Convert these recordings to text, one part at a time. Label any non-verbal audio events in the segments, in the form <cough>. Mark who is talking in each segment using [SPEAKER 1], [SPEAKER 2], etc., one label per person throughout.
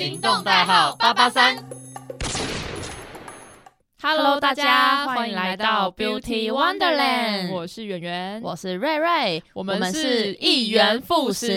[SPEAKER 1] 运动代号八八三。
[SPEAKER 2] Hello，大家欢迎来到 Beauty Wonderland，
[SPEAKER 1] 我是圆圆，
[SPEAKER 2] 我是瑞瑞，
[SPEAKER 1] 我们是一元复始。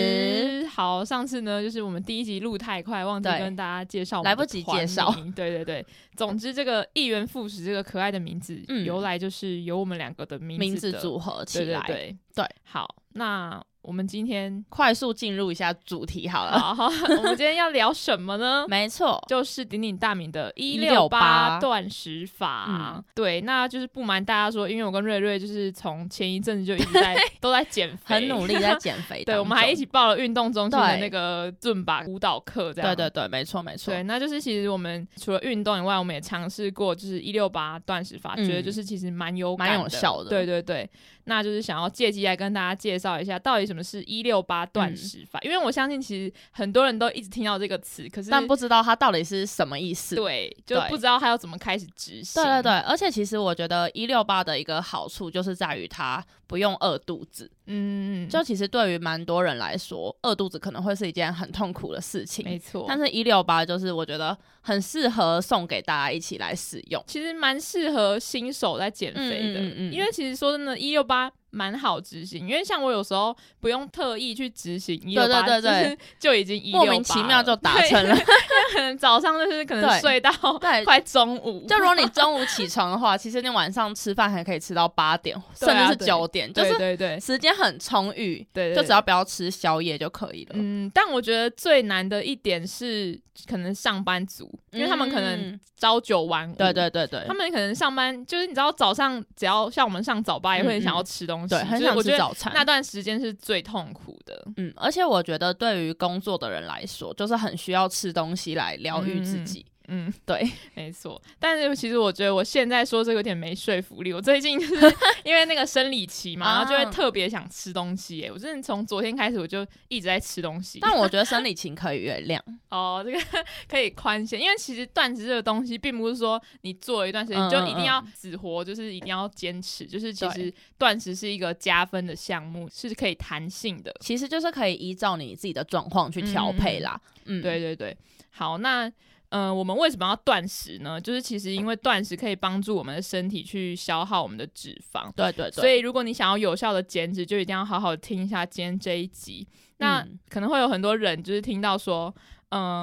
[SPEAKER 1] 嗯好，上次呢，就是我们第一集录太快，忘记
[SPEAKER 2] 对
[SPEAKER 1] 跟大家介绍我们的
[SPEAKER 2] 来不及介绍
[SPEAKER 1] 团名。对对对，总之这个一元复始这个可爱的名字，
[SPEAKER 2] 嗯
[SPEAKER 1] 由来就是由我们两个的名
[SPEAKER 2] 名
[SPEAKER 1] 字
[SPEAKER 2] 字
[SPEAKER 1] 的
[SPEAKER 2] 组合起
[SPEAKER 1] 对对
[SPEAKER 2] 来，
[SPEAKER 1] 对
[SPEAKER 2] 对。
[SPEAKER 1] 好，那我们今
[SPEAKER 2] <laughs>
[SPEAKER 1] 天
[SPEAKER 2] 快速进入一下主题好了。
[SPEAKER 1] 好，我们今天要聊什么呢？
[SPEAKER 2] 没错，
[SPEAKER 1] 就是鼎鼎大名的一六八
[SPEAKER 2] 168
[SPEAKER 1] 断食法、
[SPEAKER 2] 嗯
[SPEAKER 1] 对，那就是不瞒大家说，因为我跟瑞瑞就是从前一阵子就一直在都在减肥，
[SPEAKER 2] <laughs> 很努力
[SPEAKER 1] <laughs>
[SPEAKER 2] 在减肥当中。
[SPEAKER 1] 对，我们还一起报了运动中心的
[SPEAKER 2] 对
[SPEAKER 1] 那个尊巴舞蹈课，这样
[SPEAKER 2] 对对对，没错没错。
[SPEAKER 1] 啊对，那就是其实我们除了运动以外，我们也尝试过就是一六八断食法，
[SPEAKER 2] 嗯
[SPEAKER 1] 觉得就是其实蛮有感
[SPEAKER 2] 蛮有效的
[SPEAKER 1] 对对对，那就是想要借机来跟大家介绍一下到底什么是一六八
[SPEAKER 2] 嗯
[SPEAKER 1] 断食法、因为我相信其实很多人都一直听到这个词，可是
[SPEAKER 2] 但不知道它到底是什么意思。
[SPEAKER 1] 对，就
[SPEAKER 2] 对
[SPEAKER 1] 不知道他要怎么开始执行。
[SPEAKER 2] 对对对，而且其实我觉得一六八的一个好处就是在于它不用饿肚子。
[SPEAKER 1] 嗯，嗯，嗯
[SPEAKER 2] 就其实对于蛮多人来说，饿肚子可能会是一件很痛苦的事情
[SPEAKER 1] 没。错。
[SPEAKER 2] 但是，一六八就是我觉得很适合送给大家一起来使用。
[SPEAKER 1] 其实蛮适合新手在减肥的，
[SPEAKER 2] 嗯嗯嗯嗯
[SPEAKER 1] 因为其实说真的，一六八蛮好执行，因为像我有时候不用特意去执行一六八，
[SPEAKER 2] 对对对
[SPEAKER 1] 就是就已经一
[SPEAKER 2] <laughs> 莫名其妙就达成了。
[SPEAKER 1] 可能 <laughs> 早上就是可能
[SPEAKER 2] 对
[SPEAKER 1] 睡到
[SPEAKER 2] <laughs> 对
[SPEAKER 1] 快中 <laughs> 午，
[SPEAKER 2] 就如果你中午起床的话， <laughs> 其实你晚上吃饭还可以吃到八点，
[SPEAKER 1] 对啊
[SPEAKER 2] 甚至是九点，就
[SPEAKER 1] 对
[SPEAKER 2] 是
[SPEAKER 1] 对对
[SPEAKER 2] 时间很充裕，
[SPEAKER 1] 对，对
[SPEAKER 2] 就只要。不要吃宵夜就可以了。
[SPEAKER 1] 嗯，但我觉得最难的一点是，可能上班族，因为他们可能
[SPEAKER 2] 嗯
[SPEAKER 1] 朝九晚五，
[SPEAKER 2] 对对对对
[SPEAKER 1] 他，们可能上班就是你知道早上只要像我们上早八也会
[SPEAKER 2] 嗯
[SPEAKER 1] 很
[SPEAKER 2] 嗯
[SPEAKER 1] 想要吃东西，
[SPEAKER 2] 对，很
[SPEAKER 1] 就是
[SPEAKER 2] 想
[SPEAKER 1] 我觉
[SPEAKER 2] 吃
[SPEAKER 1] 得
[SPEAKER 2] 早餐。
[SPEAKER 1] 那段时间是最痛苦的，
[SPEAKER 2] 嗯，而且我觉得对于工作的人来说，就是很需要吃东西来疗愈自己。
[SPEAKER 1] 嗯，
[SPEAKER 2] <laughs> 对，
[SPEAKER 1] 没错。但是其实我觉得我现在说这个有点没说服力，我最近就是
[SPEAKER 2] <laughs>
[SPEAKER 1] 因为那个生理期嘛，
[SPEAKER 2] 啊
[SPEAKER 1] 然后就会特别想吃东西、耶我真的从昨天开始我就一直在吃东西。
[SPEAKER 2] 但我觉得生理情可以原谅， <laughs>
[SPEAKER 1] 哦，这个 <laughs> 可以宽限，因为其实断食这个东西，并不是说你做了一段时间
[SPEAKER 2] 嗯
[SPEAKER 1] 就一定要死活，就是一定要坚持，就是其实断食是一个加分的项目，是可以弹性的。
[SPEAKER 2] 其实就是可以依照你自己的状况去调配啦。嗯，
[SPEAKER 1] 对对对，好，那嗯、呃我们为什么要断食呢？就是其实因为断食可以帮助我们的身体去消耗我们的脂肪，
[SPEAKER 2] 对对对，
[SPEAKER 1] 所以如果你想要有效的减脂，就一定要好好听一下今天这一集。那
[SPEAKER 2] 嗯
[SPEAKER 1] 可能会有很多人就是听到说，嗯、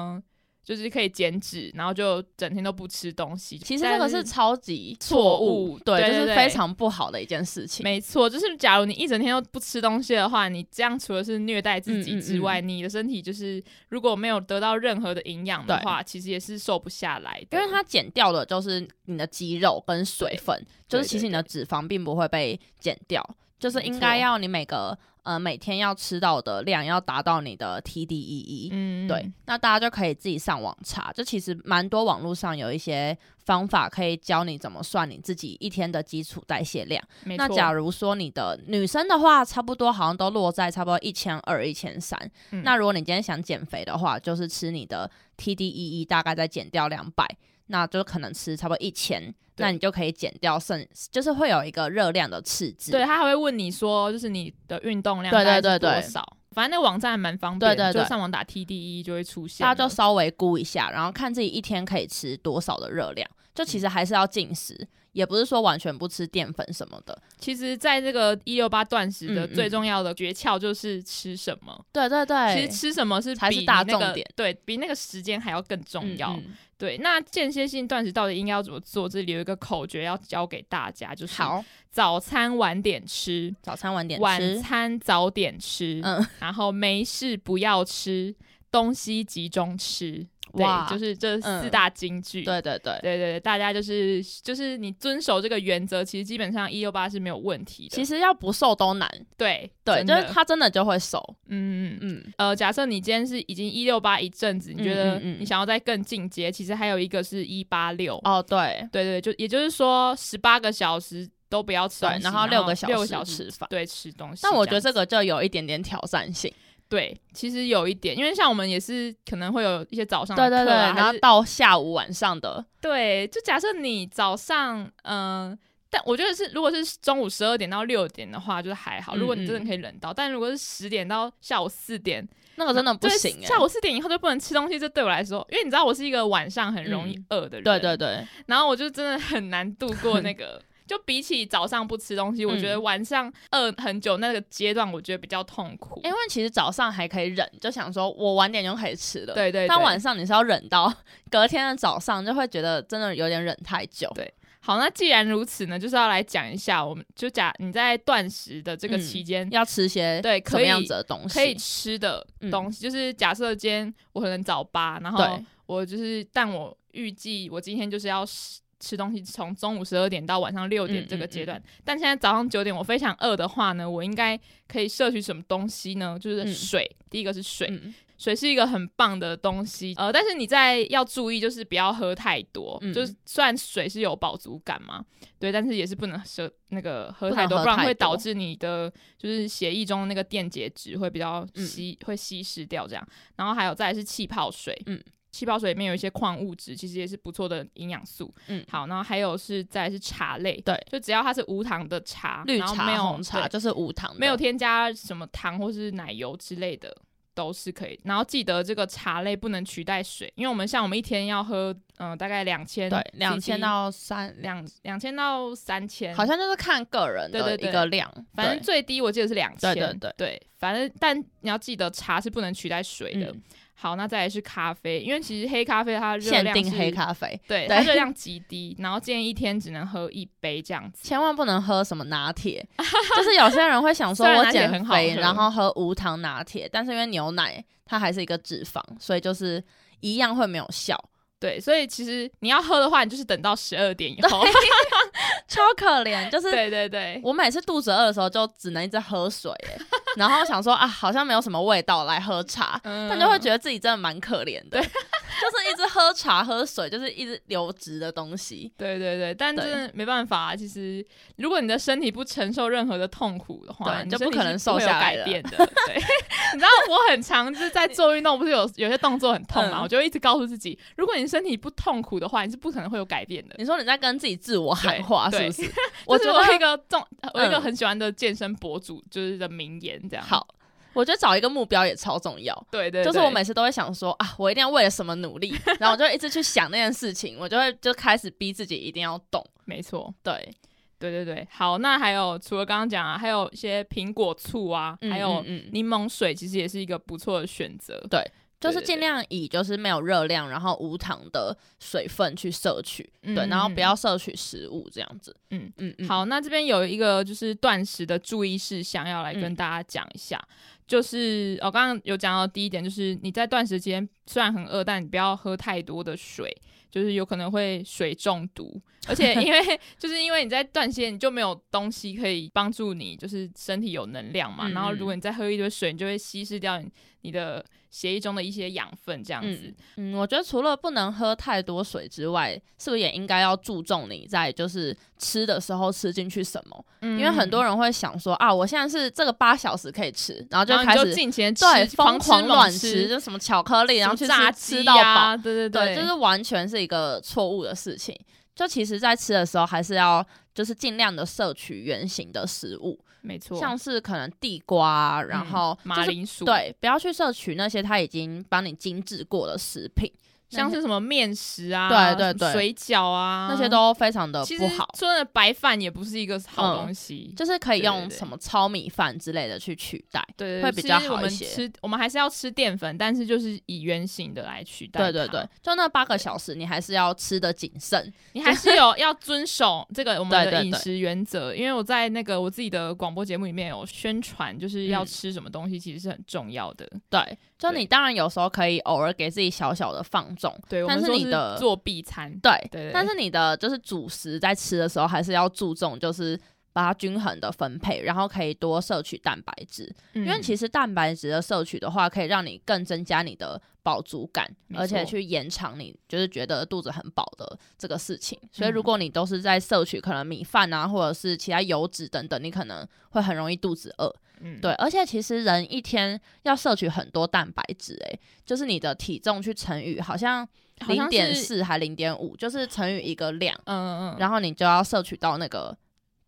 [SPEAKER 1] 就是可以减脂，然后就整天都不吃东西。
[SPEAKER 2] 其实这个
[SPEAKER 1] 但
[SPEAKER 2] 是超级
[SPEAKER 1] 错误
[SPEAKER 2] 对，
[SPEAKER 1] 对
[SPEAKER 2] 就
[SPEAKER 1] 对
[SPEAKER 2] 是
[SPEAKER 1] 对
[SPEAKER 2] 非常不好的一件事情。
[SPEAKER 1] 没错，就是假如你一整天都不吃东西的话，你这样除了是虐待自己之
[SPEAKER 2] 嗯
[SPEAKER 1] 外，你的身体就是如果没有得到任何的营养的
[SPEAKER 2] 对
[SPEAKER 1] 话，其实也是瘦不下来的。嗯
[SPEAKER 2] 因为它减掉的就是你的肌肉跟水分，
[SPEAKER 1] 对
[SPEAKER 2] 就是其实你的脂肪并不会被减掉，就是应该要你每个呃每天要吃到的量要达到你的 TDEE。
[SPEAKER 1] 嗯，
[SPEAKER 2] E 对，那大家就可以自己上网查，就其实蛮多网络上有一些方法可以教你怎么算你自己一天的基础代谢量。
[SPEAKER 1] 没错。
[SPEAKER 2] 那假如说你的女生的话，差不多好像都落在差不多一千二、一千三。
[SPEAKER 1] 嗯
[SPEAKER 2] 那如果你今天想减肥的话，就是吃你的 TDEE E，大概再减掉两百，那就可能吃差不多一千，
[SPEAKER 1] 对
[SPEAKER 2] 那你就可以减掉剩，就是会有一个热量的赤字。
[SPEAKER 1] 对他还会问你说，就是你的运动量
[SPEAKER 2] 对对
[SPEAKER 1] 大概是
[SPEAKER 2] 对对
[SPEAKER 1] 多少？反正那个网站还蛮方便的，
[SPEAKER 2] 对对对
[SPEAKER 1] 就上网打 TDE 就会出现
[SPEAKER 2] 大
[SPEAKER 1] 了。
[SPEAKER 2] 家就稍微估一下，然后看自己一天可以吃多少的热量。就其实还是要进食，也不是说完全不吃淀粉什么的。
[SPEAKER 1] 其实，在这个一六八断食的
[SPEAKER 2] 嗯嗯
[SPEAKER 1] 最重要的诀窍就是吃什么。
[SPEAKER 2] 对对对，
[SPEAKER 1] 其实吃什么是
[SPEAKER 2] 才
[SPEAKER 1] 比
[SPEAKER 2] 是大
[SPEAKER 1] 那个
[SPEAKER 2] 重点
[SPEAKER 1] 对比那个时间还要更重
[SPEAKER 2] 嗯
[SPEAKER 1] 要。
[SPEAKER 2] 嗯
[SPEAKER 1] 对，那间歇性断食到底应该要怎么做？这里有一个口诀要教给大家，就是
[SPEAKER 2] 好，
[SPEAKER 1] 早餐晚点吃，
[SPEAKER 2] 早餐晚点
[SPEAKER 1] 晚
[SPEAKER 2] 吃。
[SPEAKER 1] 餐早点吃，
[SPEAKER 2] 嗯
[SPEAKER 1] 然后没事不要吃，东西集中吃。
[SPEAKER 2] 哇嗯
[SPEAKER 1] 对，就是这四大金句。
[SPEAKER 2] 对对对，
[SPEAKER 1] 对对对，大家就是就是你遵守这个原则，其实基本上一六八是没有问题的。
[SPEAKER 2] 其实要不瘦都难，
[SPEAKER 1] 对
[SPEAKER 2] 对，
[SPEAKER 1] 真
[SPEAKER 2] 就
[SPEAKER 1] 的
[SPEAKER 2] 是它真的就会瘦。
[SPEAKER 1] 嗯嗯嗯。
[SPEAKER 2] 嗯，
[SPEAKER 1] 呃，假设你今天是已经一六八一阵子，你觉
[SPEAKER 2] 嗯
[SPEAKER 1] 得
[SPEAKER 2] 嗯嗯
[SPEAKER 1] 你想要再更进阶，其实还有一个是一八六。
[SPEAKER 2] 哦，对
[SPEAKER 1] 对对，就也就是说十八个小时都不要吃
[SPEAKER 2] 对
[SPEAKER 1] 东西，，
[SPEAKER 2] 然后六个小
[SPEAKER 1] 六个
[SPEAKER 2] 时
[SPEAKER 1] 小时
[SPEAKER 2] 吃饭。
[SPEAKER 1] 对吃东西。
[SPEAKER 2] 但我觉得
[SPEAKER 1] 这样
[SPEAKER 2] 这个就有一点点挑战性，
[SPEAKER 1] 对，其实有一点，因为像我们也是可能会有一些早上的
[SPEAKER 2] 对
[SPEAKER 1] 课、
[SPEAKER 2] 对
[SPEAKER 1] 啊、
[SPEAKER 2] 对，
[SPEAKER 1] 还
[SPEAKER 2] 然后
[SPEAKER 1] 是
[SPEAKER 2] 到下午晚上的，
[SPEAKER 1] 对，就假设你早上嗯、呃但我觉得是，如果是中午十二点到六点的话，就是还好。
[SPEAKER 2] 嗯
[SPEAKER 1] 如果你真的可以忍到，但如果是十点到下午四点，
[SPEAKER 2] 那个真的不
[SPEAKER 1] 对
[SPEAKER 2] 行哎、
[SPEAKER 1] 下午四点以后就不能吃东西，这对我来说，因为你知道我是一个晚上很容易
[SPEAKER 2] 嗯
[SPEAKER 1] 饿的人，
[SPEAKER 2] 对对对，
[SPEAKER 1] 然后我就真的很难度过
[SPEAKER 2] <laughs>
[SPEAKER 1] 那个。就比起早上不吃东西，我
[SPEAKER 2] 嗯
[SPEAKER 1] 觉得晚上饿很久那个阶段，我觉得比较痛苦。
[SPEAKER 2] 因为其实早上还可以忍，就想说我晚点就可以吃了。
[SPEAKER 1] 对对对，
[SPEAKER 2] 但晚上你是要忍到隔天的早上，就会觉得真的有点忍太久。
[SPEAKER 1] 对好，那既然如此呢，就是要来讲一下，我们就假你在断食的这个
[SPEAKER 2] 嗯
[SPEAKER 1] 期间、
[SPEAKER 2] 要吃些
[SPEAKER 1] 对
[SPEAKER 2] 什
[SPEAKER 1] 可
[SPEAKER 2] 么
[SPEAKER 1] 以
[SPEAKER 2] 样子的东西？嗯
[SPEAKER 1] 可以吃的东西，就是假设今天我可能早八，然后
[SPEAKER 2] 对
[SPEAKER 1] 我就是，但我预计我今天就是要吃吃东西，从中午十二点到晚上六
[SPEAKER 2] 嗯
[SPEAKER 1] 点
[SPEAKER 2] 嗯
[SPEAKER 1] 这个阶段。但现在早上九点我非常饿的话呢，我应该可以摄取什么东西呢？就
[SPEAKER 2] 嗯
[SPEAKER 1] 是水，第一个是水，
[SPEAKER 2] 嗯
[SPEAKER 1] 水是一个很棒的东西，呃，但是你在要注意，就是不要喝太多，
[SPEAKER 2] 嗯
[SPEAKER 1] 就是虽然水是有饱足感嘛，对，但是也是不能喝那个喝太多，
[SPEAKER 2] 不能喝太多
[SPEAKER 1] 不然会导致你的就是血液中那个电解质会比较
[SPEAKER 2] 嗯
[SPEAKER 1] 稀、会稀释掉这样。然后还有再来是气泡水，
[SPEAKER 2] 嗯
[SPEAKER 1] 嗯，气泡水里面有一些矿物质，其实也是不错的营养素。
[SPEAKER 2] 嗯，
[SPEAKER 1] 好，然后还有是再来是茶类，
[SPEAKER 2] 对
[SPEAKER 1] 就只要它是无糖的茶，
[SPEAKER 2] 绿
[SPEAKER 1] 然后
[SPEAKER 2] 茶、
[SPEAKER 1] 没有
[SPEAKER 2] 红茶
[SPEAKER 1] 对
[SPEAKER 2] 就是无糖的，
[SPEAKER 1] 没有添加什么糖或是奶油之类的都是可以。然后记得这个茶类不能取代水，因为我们像我们一天要喝，嗯、大概两千
[SPEAKER 2] 对两千到三，
[SPEAKER 1] 两两千到三千，
[SPEAKER 2] 好像就是看个人的
[SPEAKER 1] 对对
[SPEAKER 2] 一
[SPEAKER 1] 对
[SPEAKER 2] 个量，对
[SPEAKER 1] 反正最低我记得是两千，
[SPEAKER 2] 对对对
[SPEAKER 1] 反正但你要记得茶是不能取代水的。
[SPEAKER 2] 嗯
[SPEAKER 1] 好，那再来是咖啡，因为其实黑咖啡它热
[SPEAKER 2] 限
[SPEAKER 1] 量
[SPEAKER 2] 定
[SPEAKER 1] 是
[SPEAKER 2] 黑，咖啡，
[SPEAKER 1] 对，
[SPEAKER 2] 对
[SPEAKER 1] 它热量极低，然后建议一天只能喝一杯这样子。
[SPEAKER 2] 千万不能喝什么拿 <laughs> 铁，就是有些人会想说
[SPEAKER 1] 虽然
[SPEAKER 2] 我
[SPEAKER 1] 拿铁
[SPEAKER 2] 减
[SPEAKER 1] 很好
[SPEAKER 2] 肥，
[SPEAKER 1] 喝
[SPEAKER 2] 然后喝无糖拿铁，但是因为牛奶它还是一个脂肪，所以就是一样会没有效， <laughs>
[SPEAKER 1] 对，所以其实你要喝的话，你就是等到十二点以后。
[SPEAKER 2] 超可怜。就是
[SPEAKER 1] 对 <laughs> 对
[SPEAKER 2] <laughs>
[SPEAKER 1] 对，
[SPEAKER 2] 我每次肚子饿的时候，就只能一直喝水、 <laughs> 欸然后想说啊，好像没有什么味道，来喝茶，
[SPEAKER 1] 嗯
[SPEAKER 2] 但就会觉得自己真的蛮可怜的， <laughs> 就是一直喝茶喝水，就是一直流质的东西。
[SPEAKER 1] 对对对，但
[SPEAKER 2] 对
[SPEAKER 1] 真的没办法、啊。其实，如果你的身体不承受任何的痛苦的话，
[SPEAKER 2] 对
[SPEAKER 1] 你
[SPEAKER 2] 就
[SPEAKER 1] 身
[SPEAKER 2] 不
[SPEAKER 1] 体
[SPEAKER 2] 可
[SPEAKER 1] 是
[SPEAKER 2] 能瘦
[SPEAKER 1] 会有
[SPEAKER 2] 下来
[SPEAKER 1] 改
[SPEAKER 2] 了
[SPEAKER 1] 变的。对， <laughs> 你知道我很常就是在做运动，不是有有些动作很痛嘛，
[SPEAKER 2] 嗯
[SPEAKER 1] 我就会一直告诉自己，如果你身体不痛苦的话，你是不可能会有改变的。
[SPEAKER 2] 你说你在跟自己自我喊
[SPEAKER 1] 对
[SPEAKER 2] 话啊是
[SPEAKER 1] 对 <laughs>
[SPEAKER 2] 不是？
[SPEAKER 1] 我
[SPEAKER 2] 觉
[SPEAKER 1] 觉
[SPEAKER 2] 得
[SPEAKER 1] 得我一个重，我一个
[SPEAKER 2] 嗯
[SPEAKER 1] 很喜欢的健身博主就是的名言这样。，
[SPEAKER 2] 好，我觉得找一个目标也超重要。
[SPEAKER 1] 对对
[SPEAKER 2] 就是我
[SPEAKER 1] 对
[SPEAKER 2] 每次都会想说啊，我一定要为了什么努
[SPEAKER 1] <laughs>
[SPEAKER 2] 力，然后我就一直去想那件事情，我就会就开始逼自己一定要动。
[SPEAKER 1] 没错。
[SPEAKER 2] 对，
[SPEAKER 1] 对对对，好，那还有除了刚刚讲啊，还有一些苹果醋啊，还有
[SPEAKER 2] 嗯嗯
[SPEAKER 1] 柠檬水，其实也是一个不错的选择。
[SPEAKER 2] 就是
[SPEAKER 1] 对对
[SPEAKER 2] 尽量以就是没有热量，然后无糖的水分去摄取，
[SPEAKER 1] 嗯
[SPEAKER 2] 对，
[SPEAKER 1] 嗯
[SPEAKER 2] 然后
[SPEAKER 1] 嗯
[SPEAKER 2] 不要摄取食物这样子。
[SPEAKER 1] 嗯
[SPEAKER 2] 嗯嗯，
[SPEAKER 1] 好，那这边有一个就是断食的注意事项要来跟
[SPEAKER 2] 嗯
[SPEAKER 1] 大家讲一下，就是我刚刚有讲到第一点，就是你在断食期间虽然很饿，但你不要喝太多的水，就是有可能会水中毒，而且
[SPEAKER 2] <laughs>
[SPEAKER 1] 因为就是因为你在断食期间你就没有东西可以帮助你，就是身体有能量嘛，
[SPEAKER 2] 嗯
[SPEAKER 1] 然后
[SPEAKER 2] 嗯
[SPEAKER 1] 如果你再喝一堆水，你就会稀释掉你你的血液中的一些养分，这样子。
[SPEAKER 2] 嗯，我觉得除了不能喝太多水之外，是不是也应该要注重你在就是吃的时候吃进去什么？
[SPEAKER 1] 嗯
[SPEAKER 2] 因为很多
[SPEAKER 1] 人
[SPEAKER 2] 人会想说啊，我现在是这个八小时可以吃，然后就
[SPEAKER 1] 然后
[SPEAKER 2] 开
[SPEAKER 1] 你
[SPEAKER 2] 始
[SPEAKER 1] 就尽情地吃
[SPEAKER 2] 对，疯狂
[SPEAKER 1] 吃猛
[SPEAKER 2] 乱
[SPEAKER 1] 吃
[SPEAKER 2] 吃，，就什么巧克力，然后
[SPEAKER 1] 什
[SPEAKER 2] 去
[SPEAKER 1] 么
[SPEAKER 2] 吃
[SPEAKER 1] 炸
[SPEAKER 2] 吃
[SPEAKER 1] 鸡
[SPEAKER 2] 到
[SPEAKER 1] 呀、
[SPEAKER 2] 饱，
[SPEAKER 1] 对对
[SPEAKER 2] 对，就是完全是一个错误的事情。就其实，在吃的时候，还是要就是尽量的摄取原形的食物，
[SPEAKER 1] 没错，
[SPEAKER 2] 像是可能地瓜，然
[SPEAKER 1] 嗯
[SPEAKER 2] 后就
[SPEAKER 1] 马
[SPEAKER 2] 是、
[SPEAKER 1] 铃薯，，
[SPEAKER 2] 对，不要去摄取那些它已经帮你精致过的食品，
[SPEAKER 1] 像
[SPEAKER 2] 那些
[SPEAKER 1] 是什么面食啊，
[SPEAKER 2] 对对
[SPEAKER 1] 什
[SPEAKER 2] 对
[SPEAKER 1] 么水饺啊，
[SPEAKER 2] 那些都非常的
[SPEAKER 1] 其
[SPEAKER 2] 不
[SPEAKER 1] 实
[SPEAKER 2] 好，嗯
[SPEAKER 1] 说真的，白饭也不是一个好东西。
[SPEAKER 2] 就是可以
[SPEAKER 1] 对对
[SPEAKER 2] 用
[SPEAKER 1] 对
[SPEAKER 2] 什么糙米饭之类的去取代。
[SPEAKER 1] 对对对，
[SPEAKER 2] 会比较
[SPEAKER 1] 其实我
[SPEAKER 2] 好一
[SPEAKER 1] 们
[SPEAKER 2] 些
[SPEAKER 1] 吃，我们还是要吃淀粉，但是就是以原形的来取代。
[SPEAKER 2] 对对对，，就那八个小时，你还是要吃的谨慎。
[SPEAKER 1] 你还是有要遵守这个我们
[SPEAKER 2] 对对
[SPEAKER 1] 的
[SPEAKER 2] 对
[SPEAKER 1] 饮食原则，因为我在那个我自己的广播节目里面有宣传，就是要
[SPEAKER 2] 嗯
[SPEAKER 1] 吃什么东西其实是很重要的。
[SPEAKER 2] 对，就
[SPEAKER 1] 对
[SPEAKER 2] 你当然有时候可以偶尔给自己小小的放纵，
[SPEAKER 1] 对，我
[SPEAKER 2] 但
[SPEAKER 1] 们
[SPEAKER 2] 是
[SPEAKER 1] 说
[SPEAKER 2] 你的
[SPEAKER 1] 做必餐，
[SPEAKER 2] 对，
[SPEAKER 1] 对对
[SPEAKER 2] 但是你的就是主食在吃的时候还是要注重就是。把它均衡的分配，然后可以多摄取蛋白质，因为
[SPEAKER 1] 实
[SPEAKER 2] 其实蛋白质的摄取的话，可以让你更增加你的饱足感，
[SPEAKER 1] 没
[SPEAKER 2] 而且
[SPEAKER 1] 错
[SPEAKER 2] 去延长你就是觉得肚子很饱的这个事情。所以如
[SPEAKER 1] 嗯
[SPEAKER 2] 果你都是在摄取可能米饭啊，或者是其他油脂等等，你可能会很容易肚子饿。
[SPEAKER 1] 嗯，
[SPEAKER 2] 对，而且其实人一天要摄取很多蛋白质，诶，就是你的体重去乘以好像
[SPEAKER 1] 好
[SPEAKER 2] 零
[SPEAKER 1] 像
[SPEAKER 2] 点
[SPEAKER 1] 是，
[SPEAKER 2] 四还零点五，就是乘以一个量，
[SPEAKER 1] 嗯嗯嗯，
[SPEAKER 2] 然后你就要摄取到那个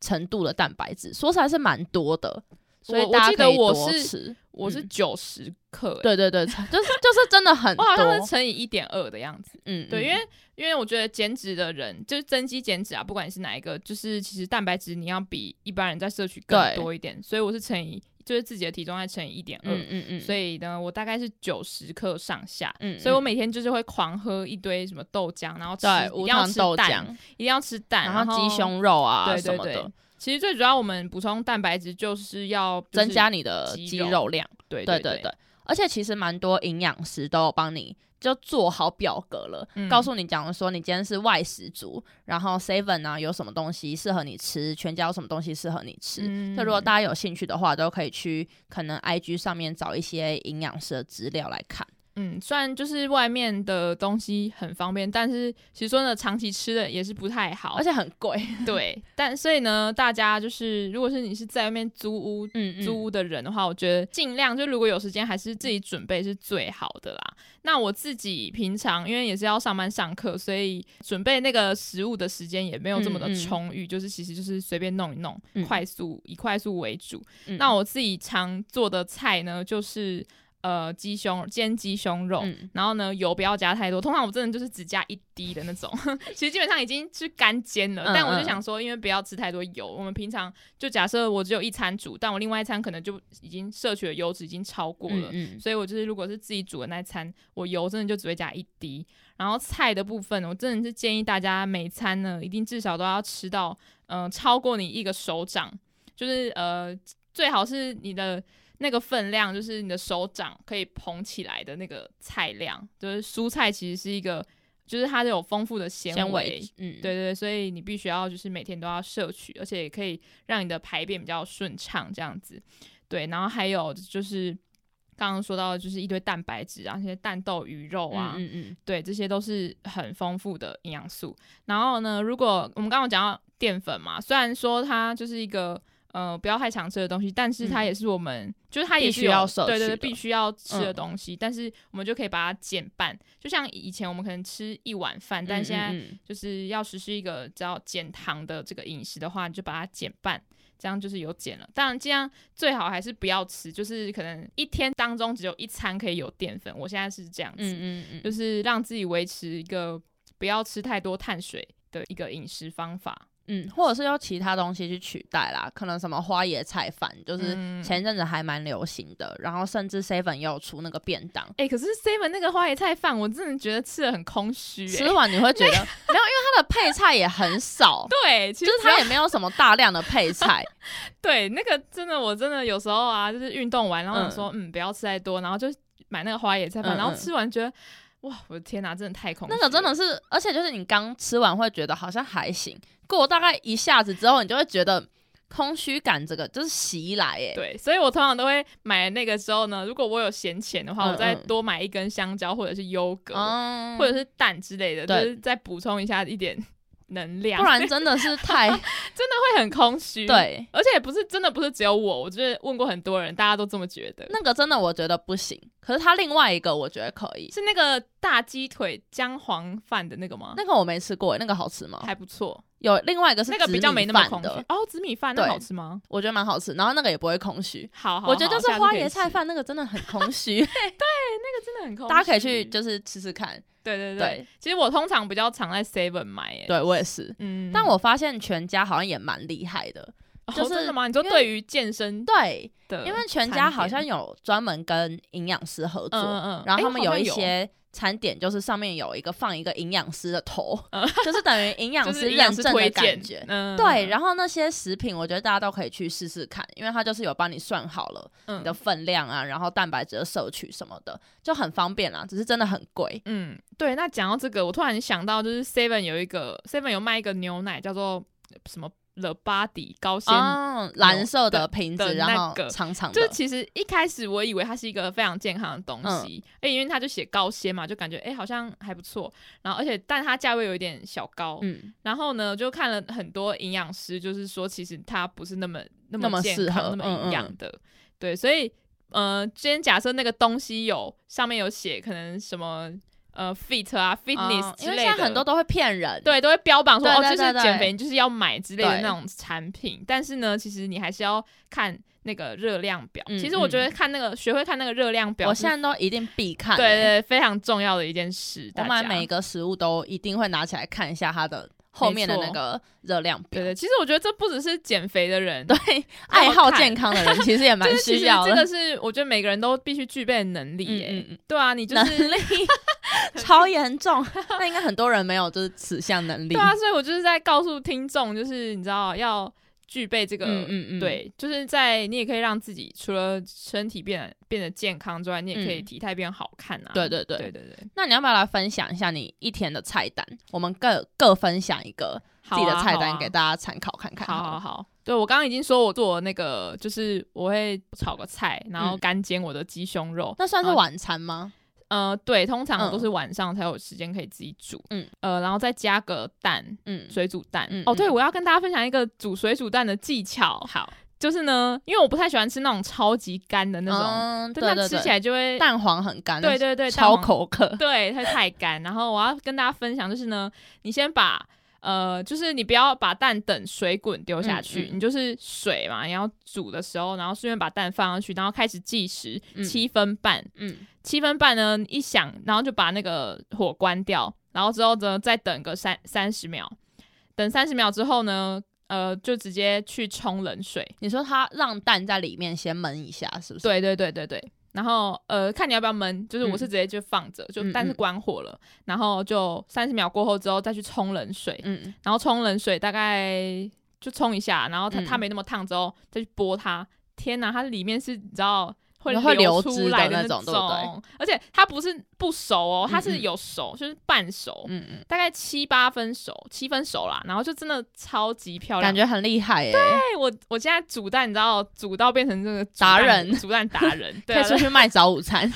[SPEAKER 2] 程度的蛋白质，说起来是蛮多的。所以
[SPEAKER 1] 我我
[SPEAKER 2] 大
[SPEAKER 1] 记
[SPEAKER 2] 家可
[SPEAKER 1] 得
[SPEAKER 2] 以
[SPEAKER 1] 我
[SPEAKER 2] 多
[SPEAKER 1] 是
[SPEAKER 2] 吃，
[SPEAKER 1] 我是
[SPEAKER 2] 嗯
[SPEAKER 1] 九十克、欸，
[SPEAKER 2] 对对对，就是就是真的很
[SPEAKER 1] <laughs> 我
[SPEAKER 2] 多，
[SPEAKER 1] 好像是乘以一点二的样子。
[SPEAKER 2] 嗯，
[SPEAKER 1] 对，
[SPEAKER 2] 嗯
[SPEAKER 1] 因为因为我觉得减脂的人，就是增肌减脂啊，不管你是哪一个，就是其实蛋白质你要比一般人在摄取更
[SPEAKER 2] 对
[SPEAKER 1] 多一点，所以我是乘以就是自己的体重再乘以一点
[SPEAKER 2] 嗯
[SPEAKER 1] 二，
[SPEAKER 2] 嗯嗯，
[SPEAKER 1] 所
[SPEAKER 2] 以
[SPEAKER 1] 以呢，我大概是九十克上下。
[SPEAKER 2] 嗯，
[SPEAKER 1] 所以我
[SPEAKER 2] 嗯
[SPEAKER 1] 每天就是会狂喝一堆什么豆浆，然后吃
[SPEAKER 2] 对
[SPEAKER 1] 一定
[SPEAKER 2] 无
[SPEAKER 1] 要
[SPEAKER 2] 糖
[SPEAKER 1] 吃
[SPEAKER 2] 豆
[SPEAKER 1] 蛋，
[SPEAKER 2] 浆，
[SPEAKER 1] 一定要吃蛋，
[SPEAKER 2] 然后鸡
[SPEAKER 1] 后。
[SPEAKER 2] 胸肉啊
[SPEAKER 1] 对
[SPEAKER 2] 什
[SPEAKER 1] 对
[SPEAKER 2] 么的
[SPEAKER 1] 对，，其实最主要我们补充蛋白质就是要就是
[SPEAKER 2] 增加你的
[SPEAKER 1] 肌
[SPEAKER 2] 肌
[SPEAKER 1] 肉
[SPEAKER 2] 肉量。
[SPEAKER 1] 对
[SPEAKER 2] 对
[SPEAKER 1] 对
[SPEAKER 2] 对对，而且其实蛮多营养师都有帮你就做好表格了，
[SPEAKER 1] 嗯
[SPEAKER 2] 告诉你讲说你今天是外食族，然后 seven 啊有什么东西适合你吃，全家有什么东西适合你吃。
[SPEAKER 1] 嗯
[SPEAKER 2] 所以如果大家有兴趣的话，都可以去可能 IG 上面找一些营养师的资料来看。
[SPEAKER 1] 嗯，虽然就是外面的东西很方便，但是其实说呢，长期吃的也是不太好
[SPEAKER 2] 而。且很
[SPEAKER 1] <laughs>
[SPEAKER 2] 贵，
[SPEAKER 1] 对，但所以呢，大家就是如果是你是在外面租屋。
[SPEAKER 2] 嗯
[SPEAKER 1] 租屋的人的话，我觉得尽量就如果有时间，还是自己准备是最好的啦。那我自己平常因为也是要上班上课，所以准备那个食物的时间也没有这么的
[SPEAKER 2] 嗯嗯
[SPEAKER 1] 充裕，就是其实就是随便弄一弄，
[SPEAKER 2] 嗯
[SPEAKER 1] 快速以快速为主。
[SPEAKER 2] 嗯
[SPEAKER 1] 那我自己常做的菜呢，就是呃鸡胸煎鸡胸肉。
[SPEAKER 2] 嗯
[SPEAKER 1] 然后呢，油不要加太多，通常我真的就是只加一滴的那种， <laughs> 其实基本上已经是干煎了。
[SPEAKER 2] 嗯
[SPEAKER 1] 但我就
[SPEAKER 2] 嗯
[SPEAKER 1] 想说，因为不要吃太多油，我们平常就假设我只有一餐煮，但我另外一餐可能就已经摄取的油脂已经超过了，
[SPEAKER 2] 嗯
[SPEAKER 1] 所以我就是如果是自己煮的那餐，我油真的就只会加一滴。然后菜的部分，我真的是建议大家每餐呢，一定至少都要吃到，嗯、超过你一个手掌，就是呃，最好是你的那个分量，就是你的手掌可以捧起来的那个菜量。就是蔬菜其实是一个，就是它有丰富的纤
[SPEAKER 2] 纤
[SPEAKER 1] 维
[SPEAKER 2] 维，，嗯，
[SPEAKER 1] 对对，所以你必须要就是每天都要摄取，而且也可以让你的排便比较顺畅这样子。对，然后还有就是刚刚说到的就是一堆蛋白质啊，那些蛋豆鱼肉
[SPEAKER 2] 嗯，
[SPEAKER 1] 啊，
[SPEAKER 2] 嗯嗯
[SPEAKER 1] 对，这些都是很丰富的营养素。然后呢，如果我们刚刚有讲到淀粉嘛，虽然说它就是一个呃不要太常吃的东西，但是它
[SPEAKER 2] 嗯
[SPEAKER 1] 也是我们、就是它也
[SPEAKER 2] 必
[SPEAKER 1] 是
[SPEAKER 2] 须
[SPEAKER 1] 有
[SPEAKER 2] 要摄
[SPEAKER 1] 对对对
[SPEAKER 2] 取的
[SPEAKER 1] 必须要吃的
[SPEAKER 2] 嗯
[SPEAKER 1] 东西，但是我们就可以把它减半。就像以前我们可能吃一碗饭，
[SPEAKER 2] 嗯，
[SPEAKER 1] 但现在
[SPEAKER 2] 嗯嗯
[SPEAKER 1] 就是要实施一个只要减糖的这个饮食的话，你就把它减半，这样就是有减了。当然，这样最好还是不要吃，就是可能一天当中只有一餐可以有淀粉。我现在是这样子，
[SPEAKER 2] 嗯嗯嗯，
[SPEAKER 1] 就是让自己维持一个不要吃太多碳水的一个饮食方法。
[SPEAKER 2] 嗯，或者是用其他东西去取代啦，可能什么花椰菜饭，就是
[SPEAKER 1] 嗯
[SPEAKER 2] 前阵子还蛮流行的，然后甚至 seven 也有出那个便当，
[SPEAKER 1] 哎、可是 Seven 那个花椰菜饭，我真的觉得吃的很空虚、
[SPEAKER 2] 吃
[SPEAKER 1] 哎，，
[SPEAKER 2] 完你会觉得没有，因为它的配菜也很少
[SPEAKER 1] <laughs> 对，其
[SPEAKER 2] 就
[SPEAKER 1] 实
[SPEAKER 2] 是
[SPEAKER 1] 它
[SPEAKER 2] 它也没有什么大量的配
[SPEAKER 1] <laughs>
[SPEAKER 2] 菜，
[SPEAKER 1] 对，那个真的，我真的有时候啊，就是运动完，然后想说，嗯不要吃太多，然后就买那个花椰菜饭，
[SPEAKER 2] 嗯嗯
[SPEAKER 1] 然后吃完觉得，哇，我的天哪、真的太空虚
[SPEAKER 2] 那
[SPEAKER 1] 了，
[SPEAKER 2] 个真的是，而且就是你刚吃完会觉得好像还行，过大概一下子之后，你就会觉得空虚感这个就是袭来哎、
[SPEAKER 1] 对，所以我通常都会买那个时候呢，如果我有闲钱的话，
[SPEAKER 2] 嗯
[SPEAKER 1] 我再
[SPEAKER 2] 嗯
[SPEAKER 1] 多买一根香蕉或者是优格，
[SPEAKER 2] 嗯，
[SPEAKER 1] 或者是蛋之类的，就
[SPEAKER 2] 对
[SPEAKER 1] 是再补充一下一点能量，
[SPEAKER 2] 不然真的是
[SPEAKER 1] <laughs>
[SPEAKER 2] 太
[SPEAKER 1] 会很空虚。。
[SPEAKER 2] 对。
[SPEAKER 1] 而且也不是真的不是只有我，我就是问过很多人，大家都这么觉得。
[SPEAKER 2] 那个真的我觉得不行，可是它另外一个我觉得可以，
[SPEAKER 1] 是那个大鸡腿姜黄饭的那个吗？
[SPEAKER 2] 那个我没吃过，那个好吃吗？
[SPEAKER 1] 还不错，
[SPEAKER 2] 有另外一个是
[SPEAKER 1] 那个比较没那么
[SPEAKER 2] 紫米
[SPEAKER 1] 空
[SPEAKER 2] 饭
[SPEAKER 1] 虚
[SPEAKER 2] 的，。
[SPEAKER 1] 哦，紫米饭那
[SPEAKER 2] 对
[SPEAKER 1] 好吃吗？
[SPEAKER 2] 我觉得蛮好吃，然后那个也不会空虚。
[SPEAKER 1] 好好，
[SPEAKER 2] 我觉得就
[SPEAKER 1] 好
[SPEAKER 2] 是花椰，菜
[SPEAKER 1] 下次可以吃
[SPEAKER 2] 饭那个真的很 <laughs> 空虚，
[SPEAKER 1] 真的很空虚。
[SPEAKER 2] 大家可以去就是吃吃看。
[SPEAKER 1] 对对对。
[SPEAKER 2] 对，
[SPEAKER 1] 其实我通常比较常在 Seven 买，哎，
[SPEAKER 2] 对我也是。
[SPEAKER 1] 嗯，
[SPEAKER 2] 但我发现全家好像也蛮厉害的，呃
[SPEAKER 1] 哦
[SPEAKER 2] 就是
[SPEAKER 1] 真的吗？你说
[SPEAKER 2] 因为
[SPEAKER 1] 对于健身
[SPEAKER 2] 对，
[SPEAKER 1] 的，
[SPEAKER 2] 因为全家好像有专门跟营养师合
[SPEAKER 1] 嗯
[SPEAKER 2] 作，
[SPEAKER 1] 嗯嗯，
[SPEAKER 2] 然后他们
[SPEAKER 1] 哎好像
[SPEAKER 2] 一些餐点就是上面有一个放一个营养师的头，嗯 <laughs> 就是等于营养
[SPEAKER 1] 就是
[SPEAKER 2] 师
[SPEAKER 1] 营养
[SPEAKER 2] 认
[SPEAKER 1] 师
[SPEAKER 2] 证的
[SPEAKER 1] 推
[SPEAKER 2] 感
[SPEAKER 1] 荐
[SPEAKER 2] 觉，。
[SPEAKER 1] 嗯，
[SPEAKER 2] 对，然后那些食品，我觉得大家都可以去试试看，因为它就是有帮你算好了
[SPEAKER 1] 后
[SPEAKER 2] 你的分量啊，然后蛋白质的摄取什么的，就很方便啦。只是真的很贵，
[SPEAKER 1] 嗯，对，那讲到这个，我突然想到，就是 Seven 有一个 Seven 有卖一个牛奶，叫做什么 The Body 高纤。
[SPEAKER 2] 哦，蓝色的瓶
[SPEAKER 1] 的
[SPEAKER 2] 子，
[SPEAKER 1] 那
[SPEAKER 2] 然后
[SPEAKER 1] 个
[SPEAKER 2] 长长的嗯
[SPEAKER 1] 就，其实一开始我以为它是一个非常健康的东西，哎、因为它就写高纤嘛，就感觉哎、好像还不错。然后而且但它价位有一点小高，
[SPEAKER 2] 嗯，
[SPEAKER 1] 然后呢就看了很多营养师，就是说其实它不是那么那
[SPEAKER 2] 那么
[SPEAKER 1] 健
[SPEAKER 2] 适
[SPEAKER 1] 康、
[SPEAKER 2] 合嗯
[SPEAKER 1] 那么营养的。对，所以呃，今天假设那个东西有上面有写可能什么呃 fit 啊 fitness
[SPEAKER 2] 嗯
[SPEAKER 1] 之
[SPEAKER 2] 因为
[SPEAKER 1] 类的，
[SPEAKER 2] 现在很多都会骗人，，
[SPEAKER 1] 对都会标榜说
[SPEAKER 2] 对对
[SPEAKER 1] 哦，就
[SPEAKER 2] 对
[SPEAKER 1] 是
[SPEAKER 2] 对
[SPEAKER 1] 减肥你就是要买之类的
[SPEAKER 2] 对
[SPEAKER 1] 那种产品，但是呢，其实你还是要看那个热量表。
[SPEAKER 2] 嗯
[SPEAKER 1] 其实我觉得看那个、学会看那个热量表
[SPEAKER 2] 我
[SPEAKER 1] 是，
[SPEAKER 2] 现在都一定必看、
[SPEAKER 1] 对
[SPEAKER 2] 欸
[SPEAKER 1] 对非常重要的一件事。
[SPEAKER 2] 我
[SPEAKER 1] 大
[SPEAKER 2] 买
[SPEAKER 1] 家
[SPEAKER 2] 每一个食物都一定会拿起来看一下它的后面的
[SPEAKER 1] 没错
[SPEAKER 2] 那个热量表。
[SPEAKER 1] 对对，其实我觉得这不只是减肥的人， <laughs>
[SPEAKER 2] 对，爱好
[SPEAKER 1] 看
[SPEAKER 2] 健康的人其实也蛮
[SPEAKER 1] <laughs> 就是其
[SPEAKER 2] 需
[SPEAKER 1] 实
[SPEAKER 2] 要 <laughs>
[SPEAKER 1] 这
[SPEAKER 2] 的
[SPEAKER 1] 个。是我觉得每个人都必须具备的能力耶、
[SPEAKER 2] 嗯嗯嗯
[SPEAKER 1] 对啊，你就
[SPEAKER 2] 能
[SPEAKER 1] 是 <laughs>
[SPEAKER 2] 力超严重，那应该很多人没有就是此项能力。
[SPEAKER 1] 对啊，所以我就是在告诉听众，就是你知道要具备这个，
[SPEAKER 2] 嗯嗯嗯，
[SPEAKER 1] 对，就是在你也可以让自己除了身体变得变得健康之外，你也可以
[SPEAKER 2] 嗯
[SPEAKER 1] 体态变好看啊。
[SPEAKER 2] 对对对
[SPEAKER 1] 对对对，
[SPEAKER 2] 那你要不要来分享一下你一天的菜单？我们各各分享一个自
[SPEAKER 1] 好
[SPEAKER 2] 己的
[SPEAKER 1] 啊
[SPEAKER 2] 菜
[SPEAKER 1] 好
[SPEAKER 2] 单
[SPEAKER 1] 啊
[SPEAKER 2] 给大家参考看看。
[SPEAKER 1] 好啊好好，对我刚刚已经说我做那个，就是我会炒个菜，然后
[SPEAKER 2] 嗯
[SPEAKER 1] 干煎我的鸡胸肉。
[SPEAKER 2] 那算是
[SPEAKER 1] 然后
[SPEAKER 2] 晚餐吗？
[SPEAKER 1] 呃，对，通常我都
[SPEAKER 2] 嗯
[SPEAKER 1] 是晚上才有时间可以自己煮。
[SPEAKER 2] 嗯，
[SPEAKER 1] 呃，然后再加个蛋，
[SPEAKER 2] 嗯，
[SPEAKER 1] 水煮蛋。
[SPEAKER 2] 嗯
[SPEAKER 1] 哦，对，
[SPEAKER 2] 嗯
[SPEAKER 1] 我要跟大家分享一个煮水煮蛋的技巧，
[SPEAKER 2] 好，
[SPEAKER 1] 就是呢，因为我不太喜欢吃那种超级干的那种，
[SPEAKER 2] 嗯，对
[SPEAKER 1] 但它
[SPEAKER 2] 对
[SPEAKER 1] 吃起
[SPEAKER 2] 对，
[SPEAKER 1] 来就会，
[SPEAKER 2] 蛋黄很干，
[SPEAKER 1] 对对对，蛋
[SPEAKER 2] 超
[SPEAKER 1] 黄，
[SPEAKER 2] 口 <laughs> 渴。
[SPEAKER 1] 对，它太干。然后我要跟大家分享就是呢，你先把。呃，就是你不要把蛋等水滚丢下去，
[SPEAKER 2] 嗯
[SPEAKER 1] 你就是水嘛，你要煮的时候，然后顺便把蛋放上去，然后开始计时
[SPEAKER 2] 嗯
[SPEAKER 1] 七分半，
[SPEAKER 2] 嗯，
[SPEAKER 1] 七分半呢，一响，然后就把那个火关掉，然后之后呢，再等个三三十秒，等三十秒之后呢，呃，就直接去冲冷水。
[SPEAKER 2] 你说它让蛋在里面先焖一下，是不是？
[SPEAKER 1] 对对对对对。然后呃，看你要不要焖，就是我是直接就放着，
[SPEAKER 2] 嗯
[SPEAKER 1] 就
[SPEAKER 2] 嗯
[SPEAKER 1] 但是关火了，然后就三十秒过后之后再去冲冷水，
[SPEAKER 2] 嗯，
[SPEAKER 1] 然后冲冷水大概就冲一下，然后它、
[SPEAKER 2] 嗯
[SPEAKER 1] 它没那么烫之后再去拨它。天哪，它里面是你知道会
[SPEAKER 2] 然后会流
[SPEAKER 1] 出
[SPEAKER 2] 汁
[SPEAKER 1] 来
[SPEAKER 2] 的那
[SPEAKER 1] 种，
[SPEAKER 2] 种对不对
[SPEAKER 1] 而且它不是不熟哦，它
[SPEAKER 2] 嗯
[SPEAKER 1] 是
[SPEAKER 2] 嗯
[SPEAKER 1] 有熟，就是半熟，
[SPEAKER 2] 嗯嗯，
[SPEAKER 1] 大概七八分熟，七分熟啦。然后就真的超级漂
[SPEAKER 2] 感，
[SPEAKER 1] 亮
[SPEAKER 2] 觉很厉害耶、
[SPEAKER 1] 对我我现在煮蛋，你知道煮到变成这个煮
[SPEAKER 2] 达
[SPEAKER 1] 蛋
[SPEAKER 2] 人
[SPEAKER 1] 煮蛋
[SPEAKER 2] <laughs>
[SPEAKER 1] 达人，对
[SPEAKER 2] 可
[SPEAKER 1] 啊
[SPEAKER 2] 以出去卖早午餐。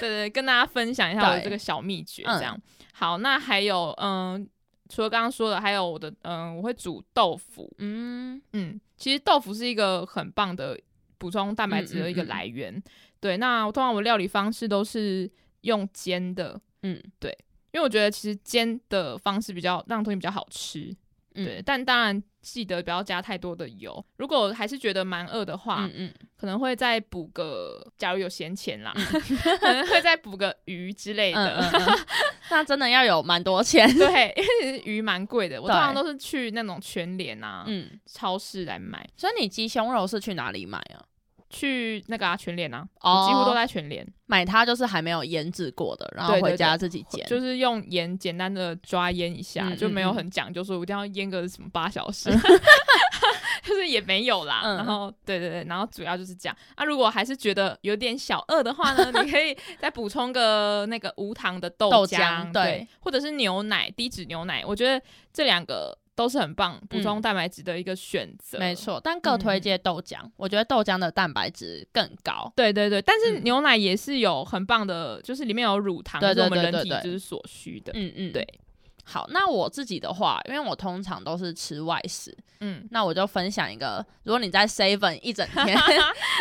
[SPEAKER 1] 对对，跟大家分享一下我的这个小秘诀，
[SPEAKER 2] 对嗯
[SPEAKER 1] 这样。好，那还有嗯，除了刚刚说的，还有我的嗯，我会煮豆腐，
[SPEAKER 2] 嗯，
[SPEAKER 1] <laughs> 嗯，其实豆腐是一个很棒的补充蛋白质的一个
[SPEAKER 2] 嗯嗯嗯
[SPEAKER 1] 来源。对，那我通常我料理方式都是用煎的，
[SPEAKER 2] 嗯，
[SPEAKER 1] 对，因为我觉得其实煎的方式比较让东西比较好吃，
[SPEAKER 2] 嗯
[SPEAKER 1] 对，但当然记得不要加太多的油。如果还是觉得蛮饿的话，
[SPEAKER 2] 嗯嗯，
[SPEAKER 1] 可能会再补个，假如有闲钱啦， <laughs> 可能会再补个鱼之类
[SPEAKER 2] 嗯
[SPEAKER 1] 的。
[SPEAKER 2] 嗯嗯， <laughs> 那真的要有蛮多钱。
[SPEAKER 1] <laughs> 对，因为其实鱼蛮贵的，我
[SPEAKER 2] 对
[SPEAKER 1] 通常都是去那种全联啊、
[SPEAKER 2] 嗯，
[SPEAKER 1] 超市来买，
[SPEAKER 2] 所以你鸡胸肉是去哪里买啊？
[SPEAKER 1] 去那个啊全联啊，我
[SPEAKER 2] 哦
[SPEAKER 1] 几乎都在全联，
[SPEAKER 2] 买它就是还没有腌制过的，然后
[SPEAKER 1] 对对
[SPEAKER 2] 回家自己煎。
[SPEAKER 1] 就是用盐简单的抓腌一下，
[SPEAKER 2] 嗯嗯
[SPEAKER 1] 就没有
[SPEAKER 2] 嗯
[SPEAKER 1] 很讲究说我一定要腌个什么八小 <laughs> 时，就是也没有啦。
[SPEAKER 2] 嗯
[SPEAKER 1] 然后对对对，然后主要就是这样。啊，如果还是觉得有点小饿的话呢，你可以再补充个那个无糖的豆
[SPEAKER 2] 豆
[SPEAKER 1] 浆，
[SPEAKER 2] 浆
[SPEAKER 1] 对，
[SPEAKER 2] 对
[SPEAKER 1] 或者是牛奶低脂牛奶，我觉得这两个都是很棒补充蛋白质的一个选择。
[SPEAKER 2] 没。错，但各推荐豆浆，我觉得豆浆的蛋白质更高。
[SPEAKER 1] 对对对，但是
[SPEAKER 2] 嗯
[SPEAKER 1] 牛奶也是有很棒的，就是里面有乳糖，
[SPEAKER 2] 对
[SPEAKER 1] 是我
[SPEAKER 2] 对对
[SPEAKER 1] 们人体
[SPEAKER 2] 对对
[SPEAKER 1] 就是所需的。
[SPEAKER 2] 嗯嗯，
[SPEAKER 1] 对。
[SPEAKER 2] 好，那我自己的话，因为我通常都是吃外食，
[SPEAKER 1] 嗯
[SPEAKER 2] 那我就分享一个，如果你在 Seven 一整天
[SPEAKER 1] <laughs>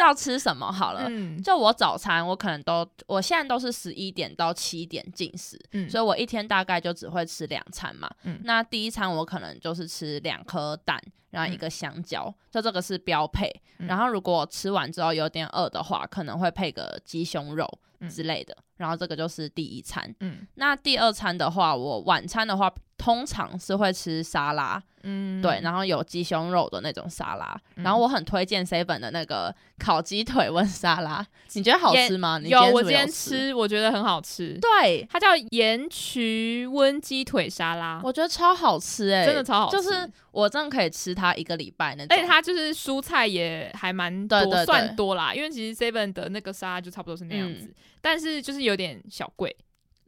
[SPEAKER 2] 要吃什么好了。
[SPEAKER 1] 嗯
[SPEAKER 2] 就我早餐，我可能都，我现在都是十一点到七点进食，
[SPEAKER 1] 嗯
[SPEAKER 2] 所以我一天大概就只会吃两餐嘛。
[SPEAKER 1] 嗯
[SPEAKER 2] 那第一餐我可能就是吃两颗蛋，然后一个香蕉，就这个是标配。
[SPEAKER 1] 嗯
[SPEAKER 2] 然后如果吃完之后有点饿的话，可能会配个鸡胸肉
[SPEAKER 1] 嗯
[SPEAKER 2] 之类的。然后这个就是第一餐。
[SPEAKER 1] 嗯
[SPEAKER 2] 那第二餐的话，我晚餐的话通常是会吃沙拉，
[SPEAKER 1] 嗯，
[SPEAKER 2] 对，然后有鸡胸肉的那种沙拉。
[SPEAKER 1] 嗯
[SPEAKER 2] 然后我很推荐 seven 的那个烤鸡腿温沙
[SPEAKER 1] <laughs>
[SPEAKER 2] 拉，你觉得好
[SPEAKER 1] 也
[SPEAKER 2] 吃吗？你
[SPEAKER 1] 有，
[SPEAKER 2] 是不
[SPEAKER 1] 我
[SPEAKER 2] 是
[SPEAKER 1] 今天
[SPEAKER 2] 吃，
[SPEAKER 1] 吃，我觉得很好吃。
[SPEAKER 2] 对，
[SPEAKER 1] 它叫盐焗温鸡腿沙拉，
[SPEAKER 2] 我觉得超好吃哎、
[SPEAKER 1] 真的超好吃。
[SPEAKER 2] 就是，我真的可以吃它一个礼拜那种。
[SPEAKER 1] 而且它就是蔬菜也还蛮多，
[SPEAKER 2] 对对对嗯
[SPEAKER 1] 算多啦。因为其实 Seven 的那个沙拉就差不多是那样子，但是就是有点小
[SPEAKER 2] <laughs>
[SPEAKER 1] 贵，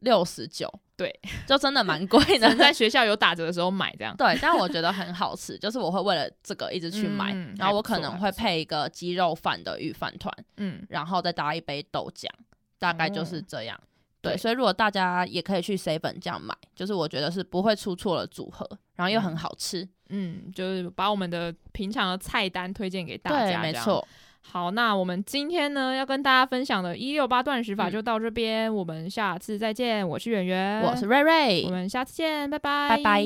[SPEAKER 2] 六十九，
[SPEAKER 1] 对，
[SPEAKER 2] 就真的蛮贵
[SPEAKER 1] 只 <laughs>
[SPEAKER 2] 的
[SPEAKER 1] 能。在学校有打折的时候买这样。
[SPEAKER 2] 对，但我觉得很好吃，就是我会为了这个一直去买，
[SPEAKER 1] 嗯
[SPEAKER 2] 然后我
[SPEAKER 1] 还不错
[SPEAKER 2] 可能会配一个鸡肉饭的预饭团，
[SPEAKER 1] 嗯，
[SPEAKER 2] 然后再搭一杯豆浆，大概就是这样。对，
[SPEAKER 1] 哦对
[SPEAKER 2] 所以如果大家也可以去 seven 这样买，就是我觉得是不会出错的组合，然后又
[SPEAKER 1] 嗯
[SPEAKER 2] 很好吃。
[SPEAKER 1] 嗯，就是把我们的平常的菜单推荐给大
[SPEAKER 2] 对，
[SPEAKER 1] 家。
[SPEAKER 2] 没。错。
[SPEAKER 1] 好，那我们今天呢要跟大家分享的一六八断食法
[SPEAKER 2] 嗯
[SPEAKER 1] 就到这边，我们下次再见。我是圆圆，
[SPEAKER 2] 我是瑞瑞
[SPEAKER 1] 嗯我，们下次见，拜拜，
[SPEAKER 2] 拜拜。